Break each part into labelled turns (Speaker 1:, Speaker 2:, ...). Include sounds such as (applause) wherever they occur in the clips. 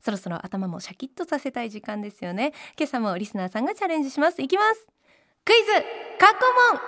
Speaker 1: そろそろ頭もシャキッとさせたい時間ですよね今朝もリスナーさんがチャレンジしますいきますクイズ過去問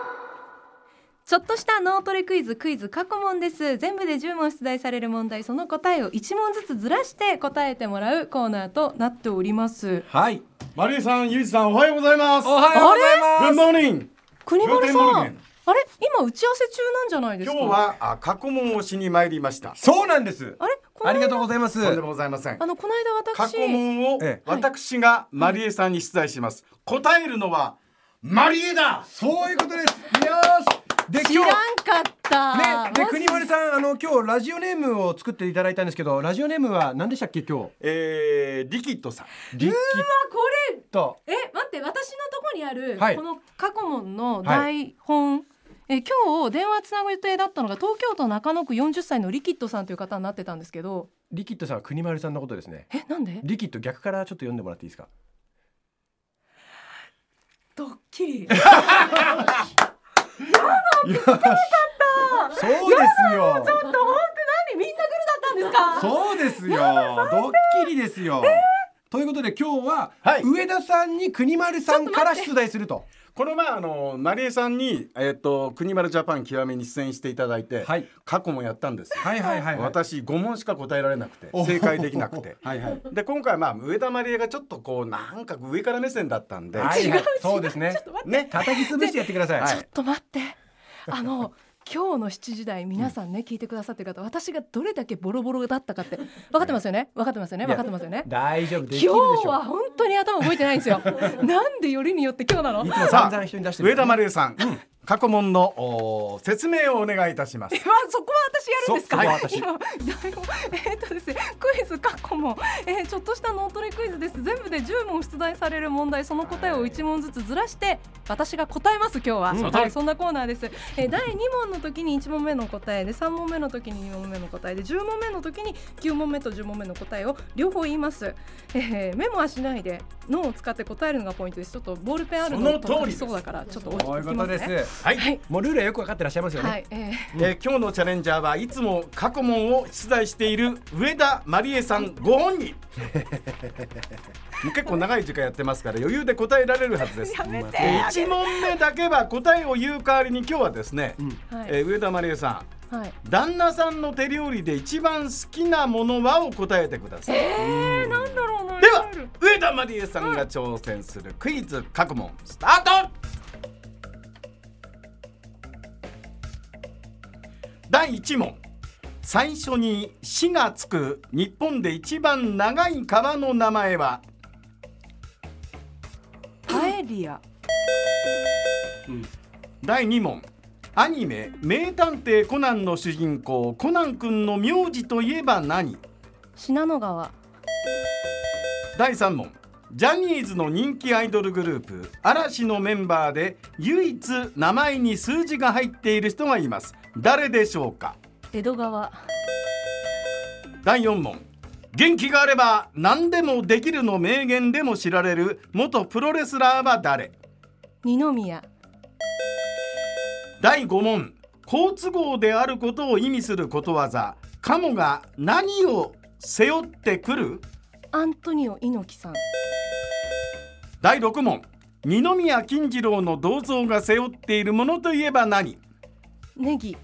Speaker 1: ちょっとした脳トレクイズクイズ過去問です全部で10問出題される問題その答えを1問ずつずらして答えてもらうコーナーとなっております
Speaker 2: はい。
Speaker 3: マリーさん、ユージさん、おはようございます。
Speaker 2: おはようございます。
Speaker 3: Good morning。
Speaker 1: 国丸さ
Speaker 3: グッドモ
Speaker 1: ん
Speaker 3: ルゲン
Speaker 1: あれ今打ち合わせ中なんじゃないです
Speaker 3: 今
Speaker 1: か
Speaker 3: 日はあ過去問をしに参りました。
Speaker 2: そうなんです。
Speaker 1: あれこの
Speaker 2: あり
Speaker 1: 間
Speaker 2: がとうございます。
Speaker 3: とんでもございません
Speaker 1: あ。のこの間
Speaker 3: 過
Speaker 1: 私
Speaker 3: 去問を
Speaker 2: ええ
Speaker 3: 私がマリエさんに出題します。答えるのはマリエだ。
Speaker 2: そういうことです。よーし。で
Speaker 1: 知ら
Speaker 2: 今
Speaker 1: ん
Speaker 2: 日。
Speaker 1: かった、
Speaker 2: ね、で
Speaker 1: マジ
Speaker 2: 国丸さんあの今日ラジオネームを作っていただいたんですけどラジオネームは何でしたっけ今日
Speaker 3: えー、リキッドさん。
Speaker 2: リッ
Speaker 1: う
Speaker 2: キッ
Speaker 1: わこれ
Speaker 2: ド
Speaker 1: え待って私のとこにある、
Speaker 2: はい
Speaker 1: この過去問の台本、え今日電話つなぐ予定だったのが東京都中野区40歳のリキッドさんという方になってたんですけど
Speaker 2: リキッドさんは国丸さんのことですね
Speaker 1: えなんで
Speaker 2: リキッド逆からちょっと読んでもらっていいですか
Speaker 1: ドッキリ
Speaker 2: そうですよ
Speaker 1: 本当 (laughs) 何みんなグルだったんですか
Speaker 2: そうですよドッキリですよ、ということで今日は、
Speaker 3: はい
Speaker 2: 上田さんに国丸さんから出題すると
Speaker 3: この前あのマリエさんにえっ、と国丸ジャパン極めに出演していただいて、
Speaker 2: はい
Speaker 3: 過去もやったんですよ。
Speaker 2: はいはいはい、はい、
Speaker 3: 私5問しか答えられなくて
Speaker 2: お
Speaker 3: 正解できなくて
Speaker 2: はいはい
Speaker 3: で今回まあ上田マリエがちょっとこうなんか上から目線だったんで、
Speaker 2: はい
Speaker 1: 違う違う
Speaker 2: そうですね
Speaker 1: ちょっと待って、
Speaker 3: ね
Speaker 2: 叩き潰してやってください、
Speaker 3: は
Speaker 1: ち
Speaker 3: い
Speaker 1: ょっと待ってあの今日の7時台皆さんね、聞いてくださってる方私がどれだけボロボロだったかって分かってますよね分かってますよね
Speaker 2: いや
Speaker 1: 分かってますよね
Speaker 2: 大丈夫できるでし
Speaker 1: 今
Speaker 2: ょう
Speaker 1: 日は本当に頭動いてないんですよなんでよりによって今日なの
Speaker 2: いつも散
Speaker 3: さあ
Speaker 2: 々人に出して
Speaker 3: 上田マ
Speaker 2: で
Speaker 3: リエさん、過去問のおー説明をお願いいたしま
Speaker 1: (laughs)
Speaker 3: す
Speaker 1: えわそこは私やるんですか。
Speaker 2: そそこ
Speaker 1: (laughs) 今台本えーっとですねクイズ過去も、えーちょっとした脳トレクイズです。全部で10問出題される問題その答えを1問ずつずらして私が答えます今日は。
Speaker 3: うん
Speaker 1: はいそんなコーナーです。えー第2問の時に1問目の答えで3問目の時に2問目の答えで10問目の時に9問目と10問目の答えを両方言います。えーメモはしないで脳を使って答えるのがポイントです。ちょっとボールペンある
Speaker 3: その
Speaker 1: の
Speaker 3: 通りです
Speaker 1: そうだからちょっと
Speaker 2: そうい
Speaker 1: 落
Speaker 2: う
Speaker 1: ち着き
Speaker 2: こと
Speaker 1: ま
Speaker 2: です
Speaker 1: ね。
Speaker 2: す
Speaker 3: はい、
Speaker 1: はい。
Speaker 2: もうルールはよく分かってらっしゃいますよね、
Speaker 1: はい。えー
Speaker 3: えー今日のチャレンジャーはいつも過去問を出題している上田マリエさんご本人もう結構長い時間やってますから余裕で答えられるはずです
Speaker 1: やめて
Speaker 3: えー一問目だけは答えを言う代わりに今日はですね、
Speaker 2: ん
Speaker 1: はい
Speaker 3: えー上田マリエさ
Speaker 1: はい。
Speaker 3: ん旦那さんの手料理で一番好きなものはを答えてください
Speaker 1: えー、なんだろうな。
Speaker 3: では
Speaker 1: ルール
Speaker 3: 上田マリエさんが挑戦するクイズ過去問スタート第1問最初に「し」がつく日本で一番長い川の名前は
Speaker 1: パエリア。
Speaker 3: 第2問アニメ「名探偵コナン」の主人公コナン君の名字といえば何
Speaker 1: 信濃川。
Speaker 3: 第3問ジャニーズの人気アイドルグループ嵐のメンバーで唯一名前に数字が入っている人がいます誰でしょうか
Speaker 1: 江戸川。
Speaker 3: 第4問元気があれば何でもできるの名言でも知られる元プロレスラーは誰
Speaker 1: 二宮。
Speaker 3: 第5問好都合であることを意味することわざ「カモが何を背負ってくる?」
Speaker 1: アントニオ猪木さん。
Speaker 3: 第6問二宮金次郎の銅像が背負っているものといえば何
Speaker 1: ネギ。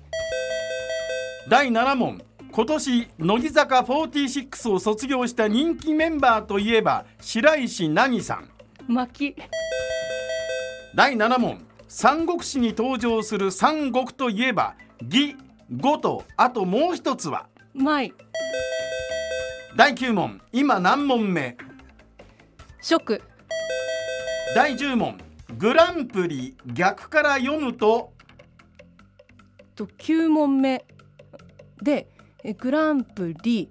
Speaker 3: 第7問今年乃木坂46を卒業した人気メンバーといえば白石何さん
Speaker 1: 薪。
Speaker 3: 第7問三国志に登場する三国といえば義語とあともう一つは
Speaker 1: 舞。
Speaker 3: 第9問今何問目
Speaker 1: 食。
Speaker 3: 第10問グランプリ逆から読むと
Speaker 1: と九問目。で、えグランプリ。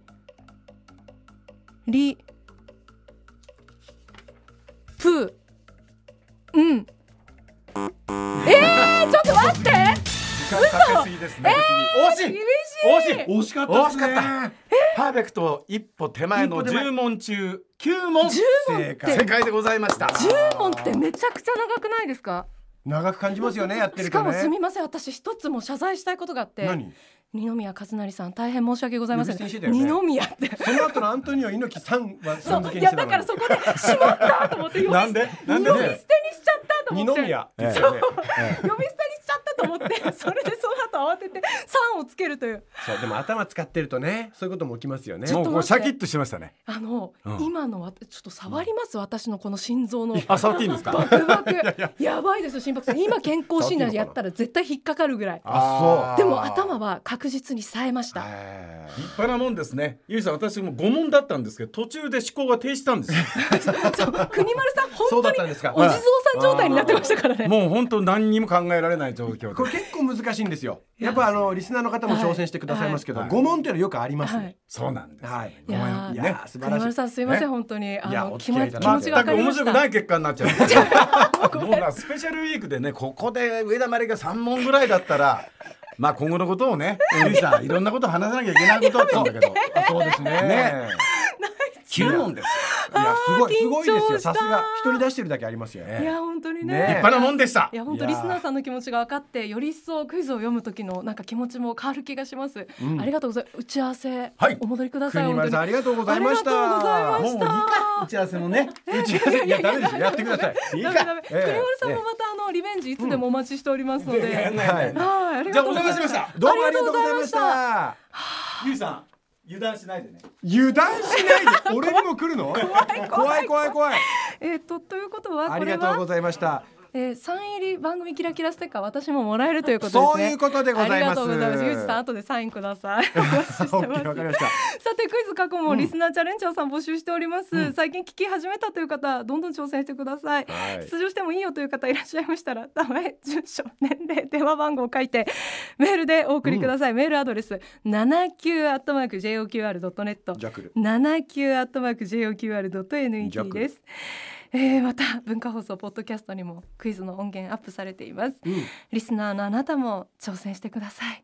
Speaker 1: リ。プー。うん。えー、ちょっと待って。
Speaker 3: 時間かけすぎですね、惜しい
Speaker 1: 厳しい。
Speaker 3: 惜しい
Speaker 2: 惜しか
Speaker 3: ったですね
Speaker 2: かっ
Speaker 3: パーフェクト一歩手前の
Speaker 2: 一歩手前
Speaker 3: 10問中9問
Speaker 1: 十問っ
Speaker 2: 正
Speaker 3: 正
Speaker 1: て。
Speaker 3: 解でございました
Speaker 1: 十問ってめちゃくちゃ長くないですか。
Speaker 2: 長く感じますよねやってる
Speaker 1: し
Speaker 2: と
Speaker 1: か
Speaker 2: ね
Speaker 1: もすみません私一つも謝罪したいことがあって
Speaker 2: 何
Speaker 1: 二宮和也さん大変申し訳ございません、
Speaker 2: 呼び捨てにしてたよ
Speaker 1: 二宮って
Speaker 2: その後のアントニオ猪木さんは
Speaker 1: そ
Speaker 2: さん
Speaker 1: う
Speaker 2: 付
Speaker 1: い
Speaker 2: けに
Speaker 1: や
Speaker 2: して
Speaker 1: だ
Speaker 2: たの
Speaker 1: から
Speaker 2: に
Speaker 1: そこでしまったと思って呼び
Speaker 3: な
Speaker 1: 捨
Speaker 3: ん
Speaker 1: て
Speaker 3: でなんで
Speaker 1: 呼び捨て
Speaker 3: ね
Speaker 1: にしちゃったと思
Speaker 2: 二
Speaker 1: って
Speaker 2: 宮って言ってたよね
Speaker 1: 呼び捨てにしちゃったと思って (laughs) それでその後慌てて3をつけるという
Speaker 2: そうでも頭使ってるとねそういうことも起きますよね
Speaker 1: ょ
Speaker 3: も
Speaker 1: っと待って
Speaker 3: うこうシャキッとしてましたね
Speaker 1: あの、
Speaker 3: うん
Speaker 1: 今のわちょっと触ります、私のこの心臓の
Speaker 3: あ触っていいんです
Speaker 1: バ
Speaker 3: か
Speaker 1: クバクやばいですよ心拍数今健康診断やったら絶対引っかかるぐらい
Speaker 2: あ
Speaker 1: でも頭は確実に冴えました
Speaker 2: へ
Speaker 3: 立派なもんですねゆいさん私も5問だったんですけど途中で思考が停止したんですよ
Speaker 1: そう国丸さん
Speaker 2: そ
Speaker 1: 本
Speaker 2: う
Speaker 1: 当
Speaker 2: だっ
Speaker 1: に
Speaker 2: たんですか (laughs)
Speaker 1: お地蔵さん状態になってましたからね
Speaker 3: もう本当何にも考えられない状況
Speaker 2: こ
Speaker 3: で
Speaker 2: れ結構難しいんですよやっぱあのリスナーの方も挑戦してくださいますけど、
Speaker 3: はい
Speaker 2: 五問っていうのよくあります
Speaker 1: は
Speaker 2: ね
Speaker 1: い、
Speaker 3: そうなんです、
Speaker 2: はい
Speaker 1: いやー
Speaker 2: いやー素晴
Speaker 1: 国
Speaker 2: らし
Speaker 1: 丸
Speaker 2: い
Speaker 1: さんすいません、
Speaker 3: ね
Speaker 1: 本当にあ
Speaker 2: いや
Speaker 1: の
Speaker 2: お
Speaker 1: 気
Speaker 2: 付き合
Speaker 1: 持
Speaker 2: いい
Speaker 1: ち気
Speaker 2: ただい
Speaker 1: 持ちが分かりまし
Speaker 2: て
Speaker 3: 全く面白く
Speaker 1: た
Speaker 3: ない結果になっちゃ
Speaker 1: (laughs)
Speaker 3: うもうなスペシャルウィークでねここで上田まりが3問ぐらいだったらまあ今後のことをねゆいさんいろんなこと話さなきゃいけないことだったんだけど
Speaker 2: あそうですね
Speaker 3: ね9問です
Speaker 2: いやすごい
Speaker 1: あー
Speaker 2: すごいです
Speaker 1: 緊張
Speaker 2: よ
Speaker 1: した
Speaker 2: さすが一人出してるだけありますよ
Speaker 1: (laughs)
Speaker 2: ね
Speaker 1: いや本当にね
Speaker 2: ねえ
Speaker 3: 立派なもんでした
Speaker 1: いや本当
Speaker 2: い
Speaker 1: リ
Speaker 2: やー
Speaker 1: スナーさんの気持ちが分かってより一層クイズを読む時のなんか気持ちも変わる気がします、
Speaker 2: ん
Speaker 1: ありがとうございます打ち合わせ、
Speaker 3: はい
Speaker 1: お戻りください
Speaker 2: 国丸さんあ
Speaker 1: 本
Speaker 2: りがとうございました
Speaker 1: ありがとうございまし
Speaker 3: もういいか打ち合わせもね
Speaker 2: 打ち合わせいやダメですよやってください
Speaker 1: 当に
Speaker 3: いい
Speaker 1: ダ
Speaker 3: か
Speaker 1: メダメ、
Speaker 2: ええ
Speaker 1: 国丸さんもまたあのリベンジいつでもお待ちしておりますので、
Speaker 3: やんない
Speaker 2: は
Speaker 3: やん
Speaker 2: い
Speaker 3: ない
Speaker 1: はいあり
Speaker 3: じゃ
Speaker 1: がと
Speaker 3: あ
Speaker 1: う
Speaker 3: お
Speaker 1: ござい
Speaker 3: 願
Speaker 1: ま
Speaker 3: いしました
Speaker 2: どうもありがとうございました
Speaker 3: ゆいさん油断しないでね
Speaker 2: 油断しないで俺にも来るの怖い怖い怖い
Speaker 1: えっとということは
Speaker 2: あ
Speaker 1: こ
Speaker 2: り
Speaker 1: れ
Speaker 2: がとうご
Speaker 1: は
Speaker 2: ざいました
Speaker 1: えー、サイン入り番組キラキラステッカー私ももらえるということですね
Speaker 2: そういうことでございます
Speaker 1: ありがとうございますゆうじさん後
Speaker 2: (laughs)
Speaker 1: でサインくださいお待ちしてます
Speaker 2: オッケーわかりました
Speaker 1: さてクイズ過去問リスナーチャレンジャーさん募集しております、最近聞き始めたという方どんどん挑戦してください、
Speaker 2: はい
Speaker 1: 出場してもいいよという方いらっしゃいましたら名前住所年齢電話番号を書いてメールでお送りください、メールアドレス79アットマーク JOQR.net
Speaker 2: ジャクル
Speaker 1: 79アットマーク JOQR.net
Speaker 2: 弱
Speaker 1: です、えー、また文化放送ポッドキャストにもクイズの音源アップされています、リスナーのあなたも挑戦してください